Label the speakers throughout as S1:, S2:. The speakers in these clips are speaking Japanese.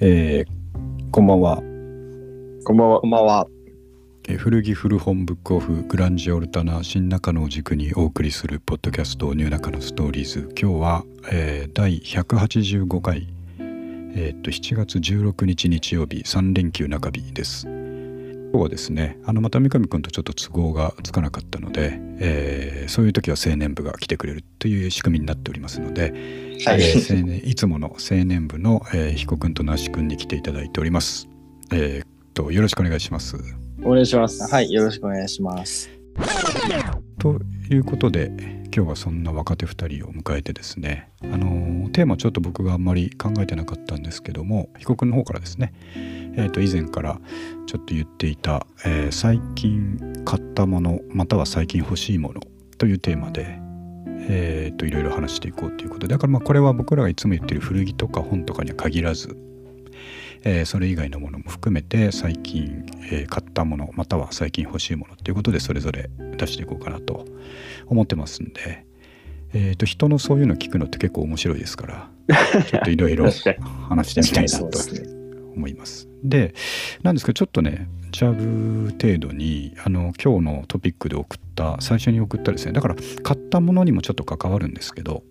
S1: えーこんばんは、
S2: こんばんは。
S3: こんばんは。
S1: えー古着古本ブックオフグランジオルタナ新中野を軸にお送りするポッドキャスト「ニューナカのストーリーズ」今日は、えー第185回、えーっと7月16日日曜日3連休中日です今日はですねあのまた三上くんとちょっと都合がつかなかったので、えーそういう時は青年部が来てくれるという仕組みになっておりますので
S3: は
S1: え
S3: い。
S1: ー青年いつもの青年部の、えー、彦君と那須君に来ていただいております。えーっとよろしくお願いします。
S2: お願いします。
S3: はい。よろしくお願いします。
S1: ということで今日はそんな若手2人を迎えてですね、あのーテーマちょっと僕があんまり考えてなかったんですけども彦君の方からですね、えーっと以前からちょっと言っていた、えー最近買ったものまたは最近欲しいものというテーマで。えーっといろいろ話していこうということでだからまあこれは僕らがいつも言ってる古着とか本とかには限らずえーそれ以外のものも含めて最近、えー買ったものまたは最近欲しいものっていうことでそれぞれ出していこうかなと思ってますんで、えー、と人のそういうの聞くのって結構面白いです からちょっといろいろ
S2: 確かに
S1: 話してみたいな
S3: そうで
S1: と
S3: すね。
S1: 思います。でなんですけどちょっとねジャブ程度にあの今日のトピックで送った最初に送ったですねだから買ったものにもちょっと関わるんですけど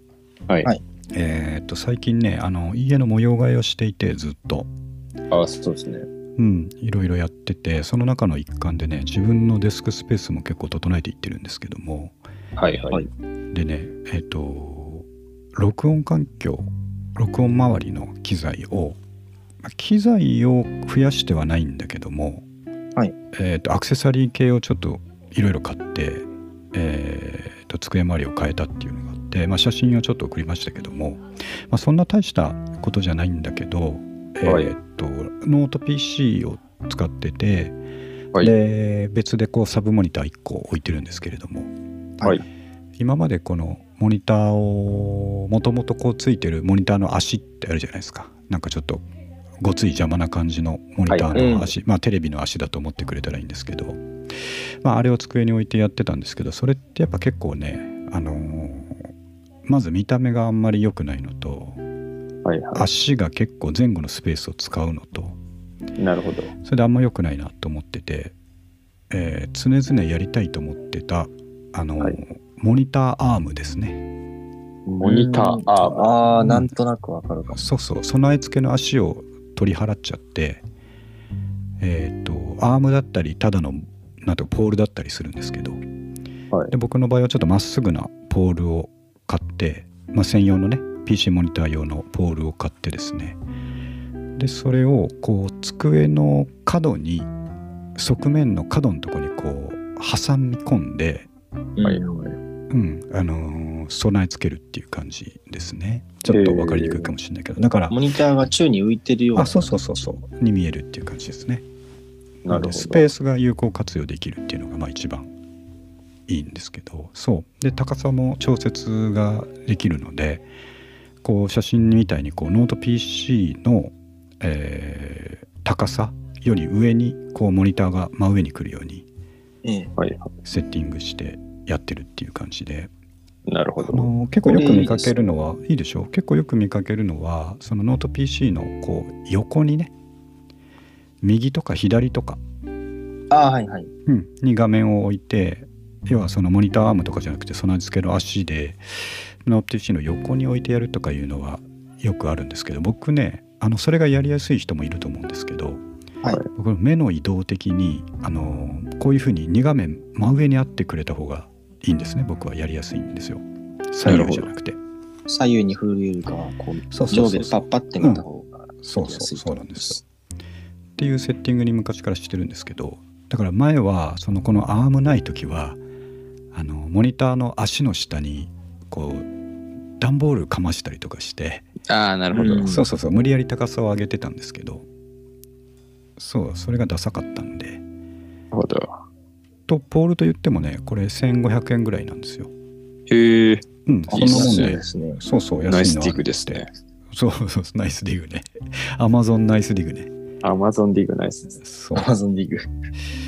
S2: はい。
S3: はい
S1: えーっと最近ねあの家の模様替えをしていてずっと。
S2: あ、そうですね。
S1: うん、いろいろやっててその中の一環でね自分のデスクスペースも結構整えていってるんですけども
S2: はいはい。
S3: はい
S1: でねえっ、と録音環境録音周りの機材をまあ機材を増やしてはないんだけども、
S3: はい
S1: えっとアクセサリー系をちょっといろいろ買って、えーと机周りを変えたっていうのがあって、まあ、写真をちょっと送りましたけども、まあ、そんな大したことじゃないんだけど、
S2: はい
S1: えっとノート PC を使ってて、
S2: はい
S1: で別でこうサブモニター1個置いてるんですけれども
S2: はい。
S1: 今までこのモニターをもともとこうついてるモニターの足ってあるじゃないですかなんかちょっとごつい邪魔な感じのモニターの足、まあテレビの足だと思ってくれたらいいんですけど、まあ、あれを机に置いてやってたんですけどそれってやっぱ結構ね、あのーまず見た目があんまり良くないのと
S2: はいは
S1: 足が結構前後のスペースを使うのと
S2: い。なるほど。
S1: それであんま良くないなと思ってて、えー常々やりたいと思ってた、あのー
S2: は
S1: モニターアームですね。
S2: モニターアーム。
S3: ああ
S1: う
S3: ー、
S1: ん
S3: なんとなくわかるかも。
S1: そうそう備え付けの足を取り払っちゃってえっ、とアームだったりただのなんとポールだったりするんですけど、
S2: はい
S1: で僕の場合はちょっとまっすぐなポールを買って、まあ、専用のね PC モニター用のポールを買ってですねでそれをこう机の角に側面の角のとこにこう挟み込んで、
S2: は
S3: う
S2: い
S3: ん
S2: はい。
S1: うんあのー備え付けるっていう感じですねちょっと分かりにくいかもしれないけど、だから
S3: モニターが宙に浮いてるような。
S1: あそうそうそうそうに見えるっていう感じですね
S2: なるほ
S1: ので
S2: ど。
S1: スペースが有効活用できるっていうのがまあ一番いいんですけどそうで高さも調節ができるのでこう写真みたいにこうノート PC の、えー高さより上にこうモニターが真上に来るように
S3: ええ。
S2: はいは
S1: セッティングしてやってるっていう感じで
S2: い。なるほ
S1: あ
S2: ど。
S1: の結構よく見かけるのはいいでしょう結構よく見かけるのはそのノート PC のこう横にね右とか左とか、
S3: ああ、はいはい。
S1: うん、に画面を置いて要はそのモニターアームとかじゃなくて備え付けの足でノート PC の横に置いてやるとかいうのはよくあるんですけど僕ねあのそれがやりやすい人もいると思うんですけど、
S3: はい
S1: 僕の目の移動的にあのこういうふうに2画面真上にあってくれた方がいいんですね僕はやりやすいんですよ左右じゃなくて。
S3: 左右に振るよりかは、こう、
S1: そうそ
S3: 上
S1: うそ
S3: 下
S1: う
S3: でパッパって見た方が。
S1: そう
S3: やりや
S1: そ
S3: す
S1: う
S3: い
S1: そ
S3: と
S1: う
S3: 思
S1: ないんで
S3: ますす
S1: よ。っていうセッティングに昔からしてるんですけどだから前はそのこのアームない時はあのモニターの足の下にこう段ボールかましたりとかして、
S2: ああ、なる
S3: ほどうん
S1: そうそうそう無理やり高さを上げてたんですけどそうそれがダサかったんで
S2: なるほど。
S1: とポールと言ってもねこれ1500円ぐらいなんですよ。
S2: へえ、
S1: うん、
S3: あ
S1: そんなもん
S2: いいっ
S1: で、
S3: ですね。
S1: そうそう安いの
S2: ナイスディ
S1: ある
S2: グ
S1: っ
S2: です
S1: て
S2: ね。
S1: そうそうそうナイスディグね アマゾンナイスディグね
S2: アマゾンディグナイスです。
S1: そう
S3: アマゾンディグ。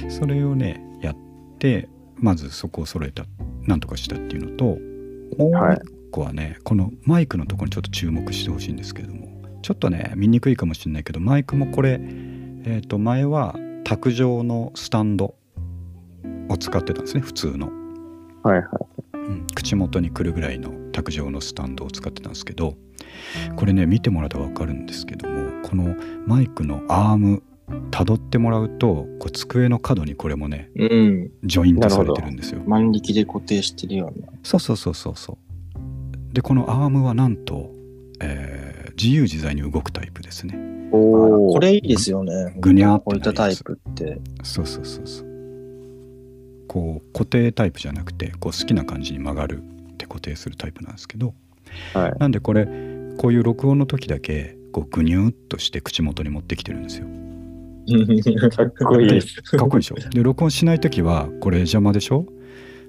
S1: それをねやってまずそこを揃えたなんとかしたっていうのともう
S2: はい
S1: 一個はね、このマイクのところにちょっと注目してほしいんですけれどもちょっとね見にくいかもしれないけどマイクもこれ、えー、と前は卓上のスタンドを使ってたんですね普通の、
S2: はいはい。
S1: うん、口元に来るぐらいの卓上のスタンドを使ってたんですけどこれね見てもらうと分かるんですけどもこのマイクのアームたどってもらうとこう机の角にこれもね
S3: うん。
S1: ジョイントされてるんですよ。
S3: 万力で固定してるような。
S1: そうそうそうそうそう。でこのアームはなんと、えー自由自在に動くタイプですね。
S2: おお。
S3: これいいですよね。
S1: ぐにゃーって
S3: こういった
S1: な
S3: タ
S1: る
S3: イ
S1: やつ
S3: プって。
S1: そうそうそうそう。こう固定タイプじゃなくてこう好きな感じに曲がるって固定するタイプなんですけど、
S2: はい
S1: なんでこれこういう録音の時だけこうぐにゅーっとして口元に持ってきてるんですよ。
S2: かっこいいです。
S1: かっこいいでしょで録音しない時はこれ邪魔でしょ、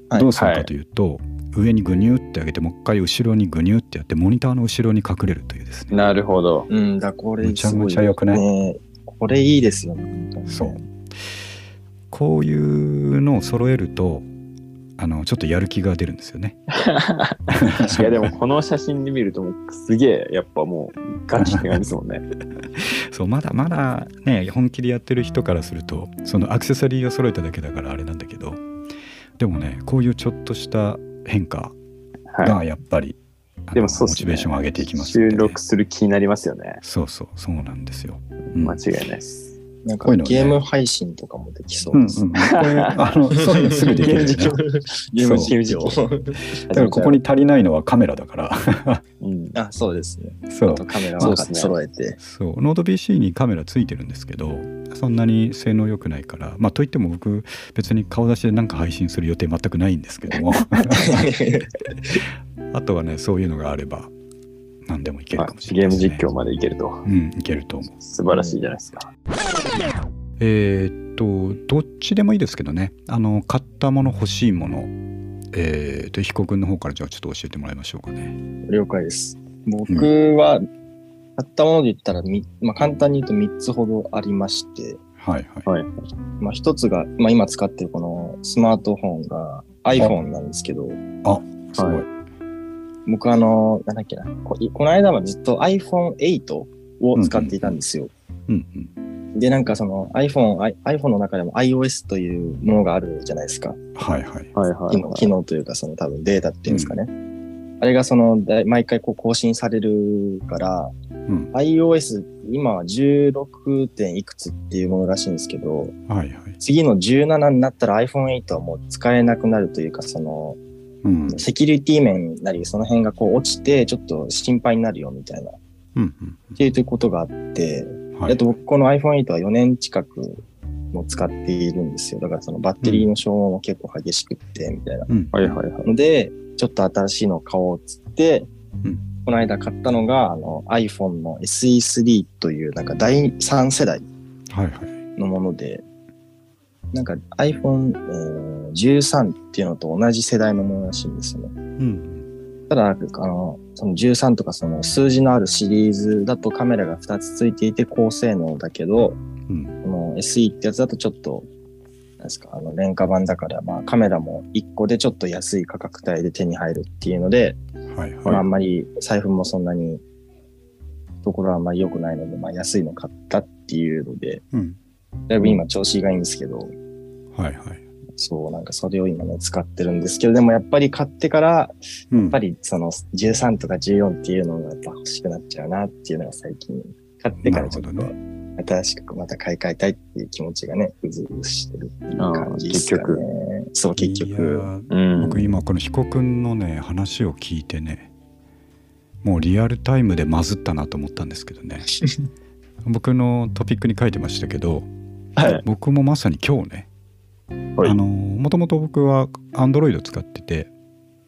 S3: はい
S1: どうするかというと、上にぐにゅーって上げてもう一回後ろにぐにゅーってやってモニターの後ろに隠れるというですね。
S2: なるほど。
S3: うんだ、これ
S1: むちゃ
S3: すごい
S1: むちゃ良くない
S3: ねこれいいですよね。
S1: そう。こういうのを揃えるとあのちょっとやる気が出るんですよね。
S2: いやでもこの写真で見るともうすげえやっぱもうガチって感じですもん ね。
S1: そうまだまだね本気でやってる人からするとそのアクセサリーを揃えただけだからあれなんだけどでもねこういうちょっとした変化
S2: は
S1: がやっぱり、あの
S2: い。でもそう
S1: モ
S2: で
S1: チ
S2: すね。
S1: ベーションを上げていきますん
S2: 収
S1: でね
S2: 録する気になりますよね。
S1: そうそうそうなんですよ。うん
S2: 間違いないです。
S3: なんか
S1: こういうのね
S3: ゲーム配信とかもできそう
S1: うんう
S3: で
S1: ん、
S3: す。
S1: これあのそういうのすぐできるよね
S3: ゲーム実況。
S2: そう
S3: ゲーム実況
S1: だからここに足りないのはカメラだから
S2: うん。
S3: あ、そうですね。
S1: そ
S3: あ
S1: う
S3: とカメラ
S2: そう
S3: を
S2: ですね
S3: 揃え て。
S1: そうノート PC にカメラついてるんですけどそんなに性能良くないからまあといっても僕別に顔出しで何か配信する予定全くないんですけど もあとはねそういうのがあれば何でもいける
S2: まあ
S1: かもしれ
S2: ゲ
S1: な
S2: ー
S1: い
S2: ム
S1: です、ね、
S2: 実況までいけると。
S1: うんいけると思う
S2: 素晴らしいじゃないですか。
S1: えーっとどっちでもいいですけどねあの買ったもの欲しいものえーっと彦君の方からじゃあちょっと教えてもらいましょうかね
S3: 了解です。僕は、買ったもので言ったらみ、まあ、簡単に言うと3つほどありまして、
S1: はいはい
S2: はい。
S3: まあ、1つが、まあ、今使ってるこのスマートフォンが iPhone なんですけど、
S1: すごい、
S2: は
S3: 僕あの、なんだっけな、こいこの間はずっと iPhone8 を使っていたんですよ。
S1: うん
S3: で、なんかその iPhone、I- iPhone の中でも iOS というものがあるじゃないですか。
S1: うんはいはい
S2: はいは
S3: 機
S2: い
S3: 能
S2: は
S3: 機能というか、その多分データっていうんですかね。あれがその、だい毎回こう更新されるから、
S1: ん
S3: iOS 今は 16. 点いくつっていうものらしいんですけど、
S1: はいはい
S3: 次の17になったら iPhone8 はもう使えなくなるというか、その、
S1: うん
S3: セキュリティ面なり、その辺がこう落ちて、ちょっと心配になるよみたいな、っ
S1: うん
S3: ていうことがあって、
S1: うんは
S3: あ
S1: い
S3: と僕この iPhone8 は4年近くも使っているんですよ。だからそのバッテリーの消耗も結構激しくって、みたいな。
S1: うん
S2: い。はいはいはい。
S3: ので、ちょっと新しいの買おうっつって、
S1: うん
S3: この間買ったのがあの iPhone の SE3 というなんか第3世代
S1: はいはい
S3: のもので、なんか iPhone、えー13っていうのと同じ世代のものらしいんですよね。
S1: うん
S3: ただ、あの、その13とかその数字のあるシリーズだとカメラが2つついていて高性能だけど、
S1: うん
S3: この SE ってやつだとちょっと、なんですか、あの、廉価版だから、まあカメラも1個でちょっと安い価格帯で手に入るっていうので、
S1: はい
S3: まあ、あ
S1: は
S3: んまり財布もそんなにところはあんまり良くないので、まあ、安いの買ったっていうので、
S1: い。うん。
S3: だいぶ今調子がいいんですけど、
S1: はいはい。
S3: そう、なんかそれを今ね、使ってるんですけど、でもやっぱり買ってから、や
S1: うん
S3: っぱりその13とか14っていうのがやっぱ欲しくなっちゃうなっていうのが最近、買ってからちょっと
S1: なるほ
S3: 新しくまた買い替えたいっていう気持ちがね、うずうずしてるっていう感じですかね
S2: あ。
S3: そう、結
S1: いや
S3: 局。
S1: ー
S2: うん。
S1: 僕今この彦君のね話を聞いてねもうリアルタイムでまずったなと思ったんですけど ね僕のトピックに書いてましたけど
S2: はい。
S1: 僕もまさに今日ね、
S2: はい
S1: あのもともと僕は Android を使ってて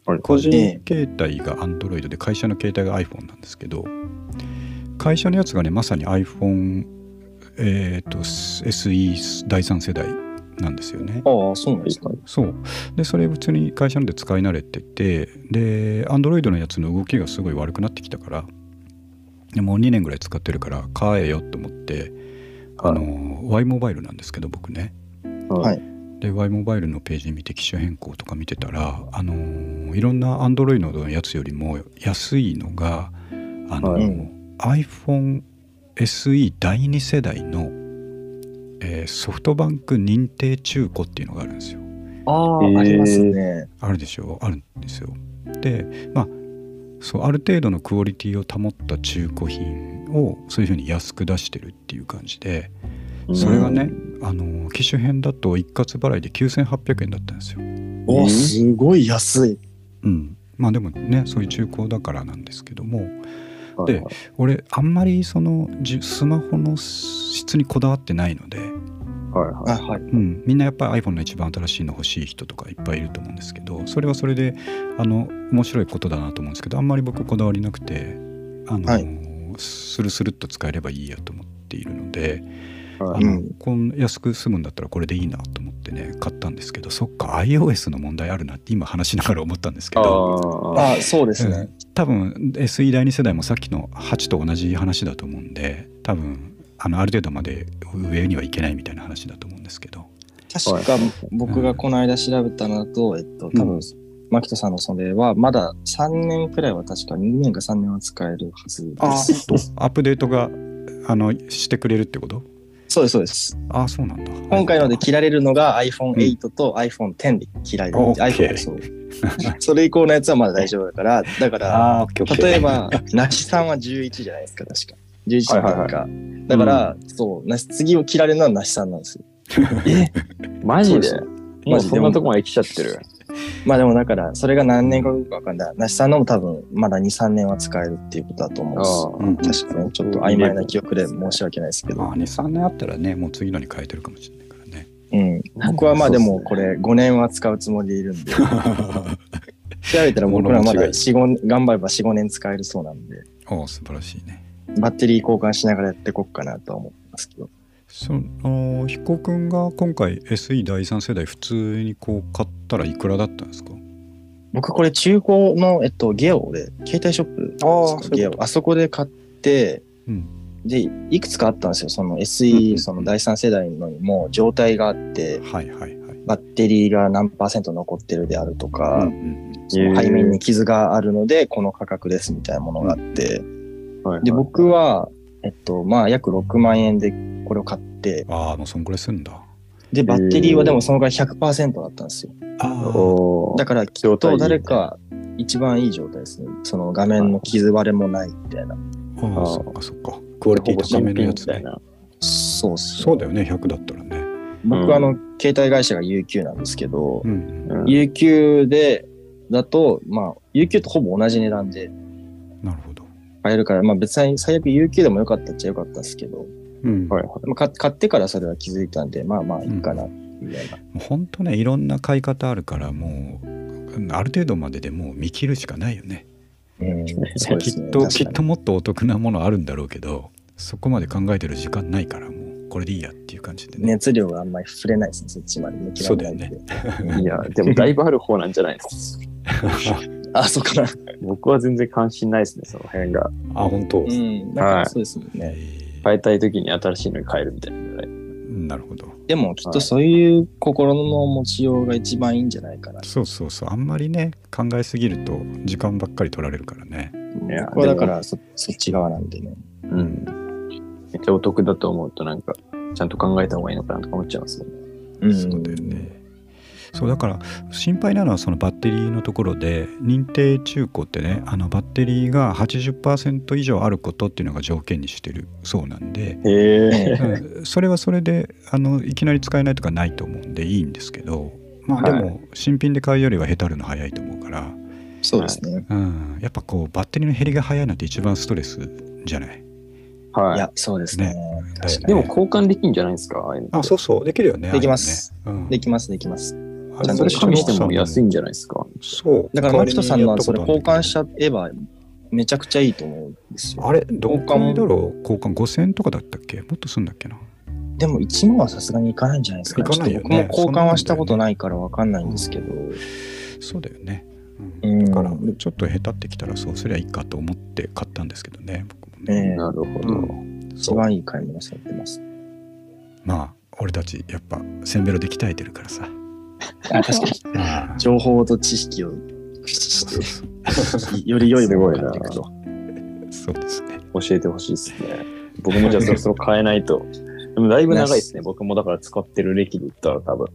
S2: はい
S1: 個人
S3: え
S1: 携帯が Android で会社の携帯が iPhone なんですけど会社のやつがねまさに iPhone、えー、と SE 第3世代なんですよね。
S3: ああ、そうなんですか。
S1: そうでそれ普通に会社ので使い慣れててで Android のやつの動きがすごい悪くなってきたからでもう2年ぐらい使ってるから買えよと思って、
S2: は
S1: あ
S2: い
S1: の Y モバイルなんですけど僕ね
S2: はい
S1: で Y モバイルのページ見て機種変更とか見てたらあのーいろんな Android のやつよりも安いのがあのー、
S2: はい
S1: iPhone SE 第2世代の、えーソフトバンク認定中古っていうのがあるんですよ。
S3: ああ、
S2: えー
S3: ありますね。
S1: あるでしょあるんですよ。でまあそうある程度のクオリティを保った中古品をそういうふうに安く出してるっていう感じでそれがね、あの機種編だと一括払いで9800円だったんですよ。
S2: う
S3: お
S2: ん
S3: すごい安い。
S1: うん、まあでもねそういう中古だからなんですけども
S2: うん、
S1: で俺あんまりそのじスマホの質にこだわってないので、
S2: はいはい。
S3: あはい。
S1: うん、みんなやっぱり iPhone の一番新しいの欲しい人とかいっぱいいると思うんですけどそれはそれであの面白いことだなと思うんですけどあんまり僕こだわりなくてあの、
S3: はい
S1: スルスルっと使えればいいやと思っているので、
S2: は
S1: あ
S2: い
S1: の
S3: うん
S1: こん安く済むんだったらこれでいいなと思ってね買ったんですけどそっか iOS の問題あるなって今話しながら思ったんですけ
S2: あ
S1: ど。
S2: ーあ
S3: あそうです
S1: う
S3: ね
S1: ん。多分 SE 第2世代もさっきの8と同じ話だと思うんで多分あのある程度まで上にはいけないみたいな話だと思うんですけど
S3: 確か僕がこの間調べたのだと、えっと、多
S1: うん
S3: 分、マキトさんのそれは、まだ3年くらいは確か2年か3年は使えるはずです。
S1: アップデートがあのしてくれるってこと
S3: そうです、そうです。
S1: ああそうなんだ
S3: 今回ので切られるのが iPhone8 と iPhone10 で切られる。
S1: OK
S3: iPhone そう。 それ以降のやつはまだ大丈夫だから、だから、
S1: あーオッケーオッケー
S3: 例えば、なしさんは11じゃないですか、確か。11とか。
S2: はい
S3: だから、そう、なし次を切られるのはなしさんなんですよ。
S2: マジで
S3: そう
S2: もうそんなとこまで来ちゃってる。
S3: まあでもだから、それが何年後かわかんない。なしさんのも多分、まだ2、3年は使えるっていうことだと
S2: あ
S3: 思
S2: ー
S1: うん
S3: うし。確かに、ちょっと曖昧な記憶で申し訳ないですけ
S1: ま
S3: ど。
S1: あ23年あったらねもう次のに変えてるかもしれないから ね
S3: うん。僕はまあでも、これ5年は使うつもりでいるんで、調べたら僕らまだ4、5、頑張れば4、5年使えるそうなんで、
S1: おお素晴らしいね
S3: バッテリー交換しながらやっていこうかなとは思いますけど。
S1: その彦君が今回 SE 第3世代普通にこう買ったらいくらだったんですか
S3: 僕これ中古の、えっと、ゲオで、携帯ショップですか
S1: あーそういうこと
S3: ゲオ。あそこで買って、
S1: うん
S3: で、いくつかあったんですよ。その
S1: うんうん
S3: SE、その第3世代のにも状態があって、
S1: はいはいはい
S3: バッテリーが何パーセント残ってるであるとか、
S1: うんうんうん
S3: その背面に傷があるので、この価格ですみたいなものがあって、
S2: はいはい
S3: で、僕は、えっと、まあ、約6万円でこれを買って、
S1: ああもうそんくらいすんだ
S3: で、バッテリーはでもそのぐらい100%だったんですよ。
S1: あ
S2: おー
S3: だからきっと誰か一番いい状態ですね。その画面の傷割れもないみたいな。
S1: ああ
S2: あ
S1: そっかそっかクオリティ高めのやつね
S2: ほぼ
S3: そうっすね
S1: そうだよね100だったらね
S3: 僕あの、携帯会社が UQ なんですけど、
S1: うん、
S2: 新品みたいな。
S3: UQ で、だと、まあ、UQ とほぼ同じ値段で
S1: なるほど
S3: 買えるから、まあ別に最悪 UQ でも良かったっちゃ良かったですけど、
S1: うん、
S2: はい
S3: まあ、か買ってからそれは気づいたんで、まあまあいいかな、みたいな。
S1: もうほんとねいろんな買い方あるからもうある程度まででもう見切るしかないよね
S3: うん、そうで
S1: き
S3: すね。
S1: っと
S3: 確
S1: き
S3: か
S1: っともっとお得なものあるんだろうけどそこまで考えてる時間ないからもうこれでいいやっていう感じで
S3: に
S1: ね
S3: 熱量があんまり触れないですね、そっちまで。
S1: そうだよね。
S2: いや、でもだいぶある方なんじゃない ですか。
S3: あ、そうかな。
S2: 僕は全然関心ないですね、その辺が。
S1: あ本当、
S3: うん、だか
S2: は
S3: ら
S2: い
S3: そうですもんね。
S1: え
S2: 変えたい時に新しいのに変えるみたいなぐらい。
S1: ーなるほど
S3: でもきっとそういう心の持ちようが一番いいんじゃないかな。
S1: そうそうそうあんまりね考えすぎると時間ばっかり取られるからね
S2: いや
S3: 僕はだからそそっち側なんでね。
S2: うん。めっちゃお得だと思うと、なんか、ちゃんと考えた方がいいのかなとか思っちゃいますね。
S3: うん
S1: そうだよね。そうだから心配なのはそのバッテリーのところで認定中古ってねあのバッテリーが80%以上あることっていうのが条件にしてるそうなんで、
S2: へ
S3: え
S1: うんそれはそれであのいきなり使えないとかないと思うんでいいんですけどまあで
S2: は
S1: も新品で買うよりはへたるの早いと思うから、
S3: そうですね。
S1: うん、やっぱこうバッテリーの減りが早いなんて一番ストレスじゃない。
S2: はいい。
S3: や、そうですね。確かに。
S2: でも交換できんじゃないですか、ああいうの。
S1: うそうできるよね
S3: できます。
S1: うん
S3: できます、できます。
S1: あ
S3: ちゃん
S2: そ
S1: う
S3: と
S2: れ
S1: ちの
S2: 加
S1: 奥
S2: 味
S1: さん
S2: しても安いんじゃないですか。
S1: そう
S3: だから、マキトさんのはそれ交換し
S1: し
S3: ちゃえば、めちゃくちゃいいと思うんですよ。
S1: あれどう
S3: 交換
S1: 換だろう交換5000円とかだったっけもっとすんだっけな
S3: でも、1万はさすがにいかないんじゃないですか、
S1: いかないよね
S3: ちょっと僕も交換はしたことないからわかんないんですけど。
S1: そうだよね、う
S3: うんん。
S1: だからちょっと下手ってきたらそうすりゃいいかと思って買ったんですけどね僕もね、
S3: え
S2: なるほど。
S1: うん
S3: 一
S1: そう
S3: 番いい買い物されてます。
S1: まあ俺たちやっぱせんべろで鍛えてるからさ
S3: あ確かに。
S1: ああ
S3: 情報と知識を駆使
S1: そう
S3: し
S1: そう
S3: て、より良いものになっていくと。
S1: そうそうですね。
S2: 教えてほしいですね。僕もじゃあそろそろ変えないと。でもだいぶ長いですね。僕もだから使ってる歴で言ったら多分。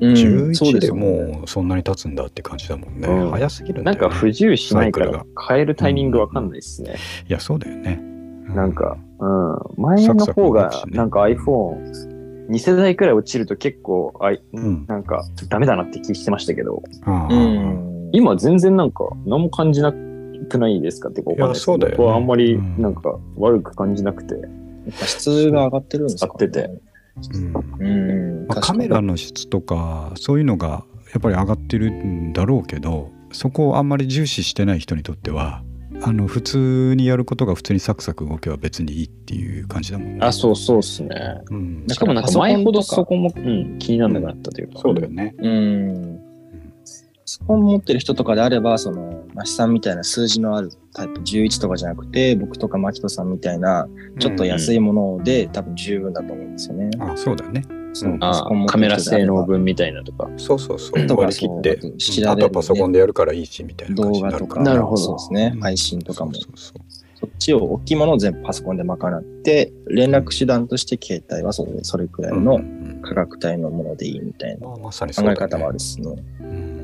S3: うん、そう
S1: 11
S3: です
S1: で
S3: よね。
S1: もうそんなに経つんだって感じだもんね。
S2: うん
S1: 早すぎるんだ
S2: なん
S1: よ、ね。
S2: か不自由しないか
S1: サイ
S2: ら変えるタイミングわかんないですね。
S1: いや、そうだよね。う
S2: なんか、うん。前の方
S1: サクサ
S2: が
S1: ク動くしね
S2: なんか iPhone2 世代くらい落ちると結構、あい
S1: うん
S2: なんかダメだなって気してましたけど、
S1: ああ
S3: うん。
S2: 今全然なんか何も感じなくないですかっていうかわかんないですけど
S1: いやそうだよね
S2: 僕はあんまり
S1: うん
S2: なんか悪く感じなくて。
S3: やっぱ質が上がってるんですか、ね、
S2: 上がって
S1: うん
S3: うん。
S1: まあ、カメラの質とかそういうのがやっぱり上がってるんだろうけどそこをあんまり重視してない人にとってはあの普通にやることが普通にサクサク動けば別にいいっていう感じだもんね。
S2: あ、そうそうですね。
S1: うん、
S3: だ
S2: しかもなんか前ほどそこも、
S3: パソ
S2: うん、気にならなくなったというか。
S1: そうだよね。
S3: うん。スコン持ってる人とかであれば、その、マシさんみたいな数字のあるタイプ11とかじゃなくて、僕とかマキトさんみたいな、ちょっと安いもので、多分十分だと思うんですよね。
S1: あそうだね。
S3: そのパソ
S2: あ
S3: コン持っ
S2: カ
S3: て
S2: メ
S3: る
S2: ラ
S3: 人であ
S2: 性
S3: れば
S2: 能分みたいなとか。
S1: そうそうそう
S3: とか割り切ってそう調べるねあとはパソコン
S1: でやるからいいしみた
S3: 動画とか、
S2: なるほど
S3: そうですね。配信とかも。
S1: そうそう
S3: そっちを大きいものを全部パソコンで賄って、連絡手段として携帯はそれそれくら
S1: そ
S3: いう
S1: う
S3: の
S1: ん
S3: 価格帯のものでいいみたいな
S1: まあ、まさにそうだ
S3: 考え
S1: ね
S3: 方もあるしね。
S1: うん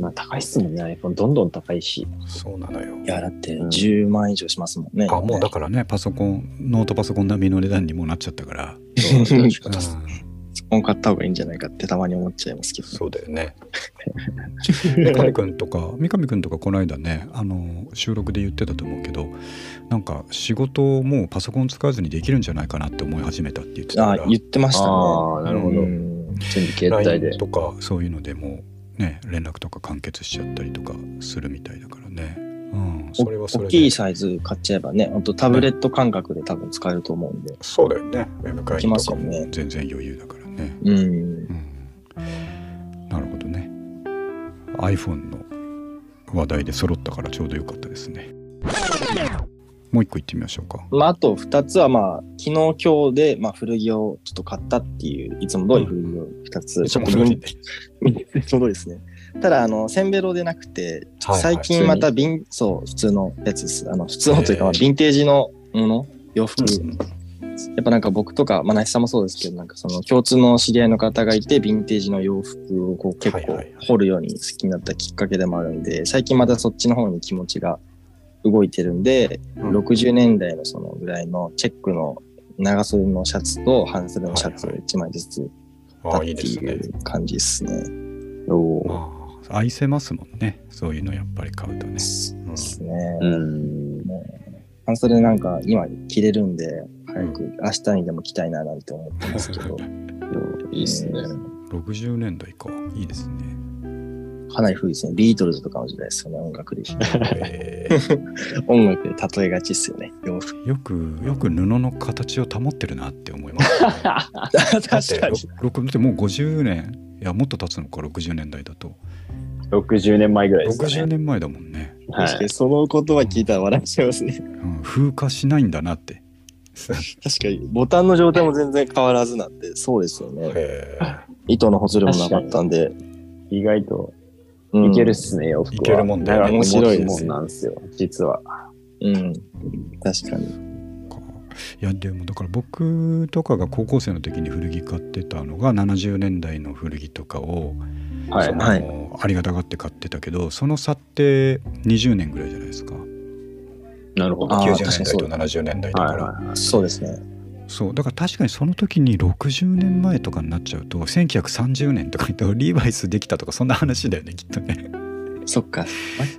S2: まあ高いっすもんね、iPhone。どんどん高い し。
S1: そうなのよ。
S3: いや、だって10万以上しますもんね。
S1: あもうだからねパソコンノートパソコン並みの値段にもうなっちゃったから。
S3: そう
S1: うん
S3: 本買った方がいいんじゃないかってたまに思っちゃいますけど。
S1: そうだよね。三上くんとか三上くんとかこの間ねあの収録で言ってたと思うけどなんか仕事をもうパソコン使わずにできるんじゃないかなって思い始めたって言ってた
S3: あ
S1: か
S3: あ
S1: ら
S3: 言ってましたね。
S2: ああなるほど
S3: うん
S2: 全部携帯で
S1: LINE。とかそういうのでもうね連絡とか完結しちゃったりとかするみたいだからね。うん、それはそれ
S3: 大
S1: で
S3: きいサイズ買っちゃえばね、本当タブレット感覚で多分使えると思うんで。
S1: そうだよね。ウェブ会議とか
S3: できますよ
S1: も
S3: ね
S1: 全然余裕だからね。
S3: うん。
S1: うんなるほどね。iPhone の話題で揃ったからちょうどよかったですね。もう一個行ってみましょうか。
S3: まあ、あと2つは、まあ、昨日、今日で、まあ、古着をちょっと買ったっていう、いつも通り古着を2つ。
S1: いつも
S3: ち
S1: 通
S3: ょっと
S1: りね
S3: いつも通りですね。ただ、あの、せんべろでなくて、
S1: はい
S3: 最近またビン、そう、普通のやつです。あの、普通のというか、まあヴィンテージのもの、洋服。やっぱなんか僕とか、まあ、なしさんもそうですけど、なんかその共通の知り合いの方がいて、ヴィンテージの洋服をこう結
S1: はい
S3: 構
S1: はいはい
S3: 掘るように好きになったきっかけでもあるんで、最近またそっちの方に気持ちが動いてるんで、
S1: うん
S3: 60年代のそのぐらいのチェックの長袖のシャツと半袖のシャツを
S1: はいは
S3: 1枚ずつ
S1: あ
S3: 買
S1: あ
S3: っ
S1: いい
S3: て
S1: です
S3: い
S1: ね。
S3: う感じですね。
S2: おー
S1: ああ愛せますもんね。そういうのやっぱり買うとね。
S3: そうですね。
S2: うん。
S3: 半袖なんか今着れるんで、早く明日にでも着たいななんて思ってますけ ど、
S2: いいっすね。
S1: 60年代か。いいです ね。
S3: かなり古いですね。ビートルズとかの時代ですよね、音楽で。
S1: えー
S3: 音楽で例えがちですよね、洋服。
S1: よくよく布の形を保ってるなって思います、ね。
S3: 確
S1: だってろくだってもう50年いやもっと経つのか60年代だと。
S2: 60年前ぐらいですか
S1: 60
S2: ね。
S1: 年前だもんね。
S2: はい。
S3: その言葉聞いたら笑っちゃいますね。
S1: うん風化しないんだなって。
S3: 確かに、ボタンの状態も全然変わらずなんで、 そうですよね。
S1: へ
S3: 糸のほつれもなかったんで。
S2: 意外と
S3: うん
S2: いけるっすね、洋服は。
S1: いけるもんだよ
S2: 長
S1: ね
S2: く持つ
S3: 面白いです
S2: もんなんですよ、実は。
S3: うん。確かに。
S1: かいやでもだから僕とかが高校生の時に古着買ってたのが70年代の古着とかを、
S2: はい
S1: そ。の
S3: は
S1: ありがたがって買ってたけどその差って20年ぐらいじゃないですか
S2: なるほ
S3: あ
S2: は
S3: ー
S2: い
S1: 90
S3: 確
S1: 年代
S3: かにそう
S1: と70年代だから、
S2: はい。
S3: そうですね。
S1: そうだから確かにその時に60年前とかになっちゃうと1930年とか言ってリ ーバイスできたとかそんな話だよねきっとね。
S3: そっか。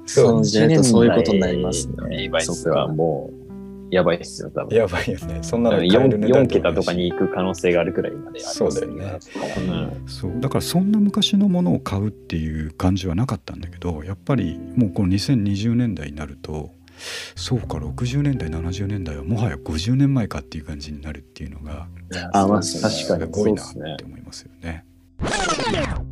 S1: そう
S3: その時代だとそういうことになりますね。
S2: リーバイスは
S3: そっか
S2: もう、やばいっすよ、多 分。
S1: やばいよねそんなの買える
S2: 4,
S1: 値段
S2: 4
S1: でもない
S2: 桁
S1: し
S2: とかに行く可能性があるくらいまであります
S1: そうだよね。
S2: うん
S1: そうだからそんな昔のものを買うっていう感じはなかったんだけどやっぱりもうこの2020年代になるとそうか60年代70年代はもはや50年前かっていう感じになるっていうのが
S2: あまあ
S3: そうですね
S2: 確か
S1: す
S2: に
S1: ごいなっ
S2: そうっすね
S1: て思いますよね。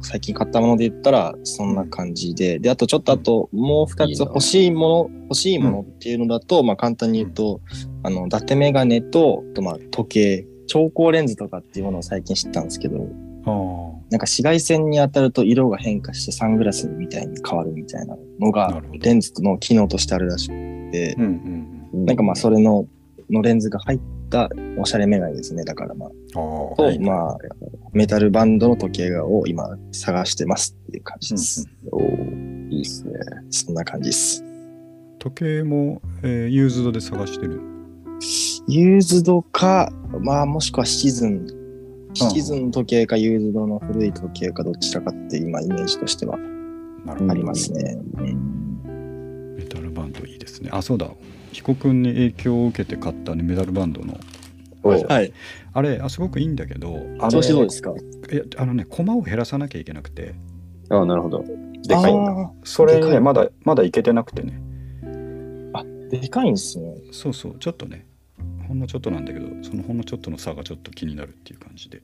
S3: 最近買ったもので言ったらそんな感じで、であとちょっとあともう2つ欲しいもの欲しいものっていうのだと、まあ簡単に言うと、あの伊達メガネとあとまあ時計調光レンズとかっていうものを最近知ったんですけど
S1: あー
S3: なんか紫外線に当たると色が変化してサングラスみたいに変わるみたいなの
S1: な
S3: が
S1: るほど
S3: レンズの機能としてあるらしくて、
S1: うんうん
S2: な
S3: なんかまあ、それの、のレンズが入ったおしゃれメガネですね。だからまあ、
S1: ああ
S3: と、
S1: はい
S3: まあ、メタルバンドの時計を今探してますっていう感じです。
S2: おーいいっすね。
S3: そんな感じです。
S1: 時計も、えーユーズドで探してる。
S3: ユーズドか、まあもしくはシチズン。シチズンの時計かユーズドの古い時計かどちらかって今イメージとしては
S1: なるほど
S3: ありますね。。
S1: メタルバンドいいですね。あ、そうだ。彦君に影響を受けけて買ったね、メタルバンドの。
S2: お
S1: はいあれ、あすごくいいんだけど、あ
S3: 調子どうですか
S1: いやあのね、コマを減らさなきゃいけなくて、
S2: ああ、なるほど。でかいんだ。
S3: あ
S1: それ
S3: でか
S1: ね、
S3: い
S1: まだ、まだいけてなくてね。
S3: ーでかいんですね。
S1: そうそう、ちょっとね、ほんのちょっとなんだけど、そのほんのちょっとの差がちょっと気になるっていう感じで。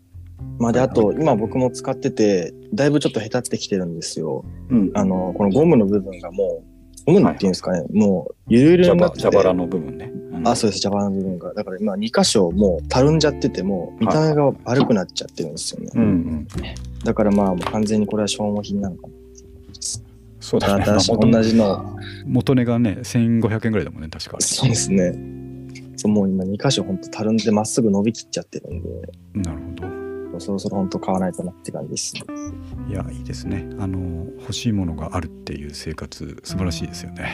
S3: まあで、あと今僕も使ってて、だいぶちょっと下手ってきてるんですよ。
S1: うん
S3: あの、このゴムの部分がもう、ゴムっていうんですかね、もうゆるゆる
S1: 蛇
S3: になっ
S1: 腹
S3: て
S1: 蛇
S3: て
S1: 腹の部分ね。うん
S3: あ、そうです、ジャパンの部分が。だから今、2箇所もうたるんじゃってて、もう見た目が悪くなっちゃってるんですよね。
S1: うんうん。
S3: だからまあ、もう完全にこれは消耗品なのか
S1: そうだ
S3: な。
S1: ね。
S3: 新しい、
S1: まあ元
S3: 同じの。
S1: 元値がね、1500円ぐらいだもんね、確か。
S3: そうですね。そうもう今、2箇所ほんとたるんで、まっすぐ伸びきっちゃってるんで、
S1: なるほど。
S3: もうそろそろほんと買わないとなって感じです。
S1: いや、いいですね。あの、欲しいものがあるっていう生活、素晴らしいですよね。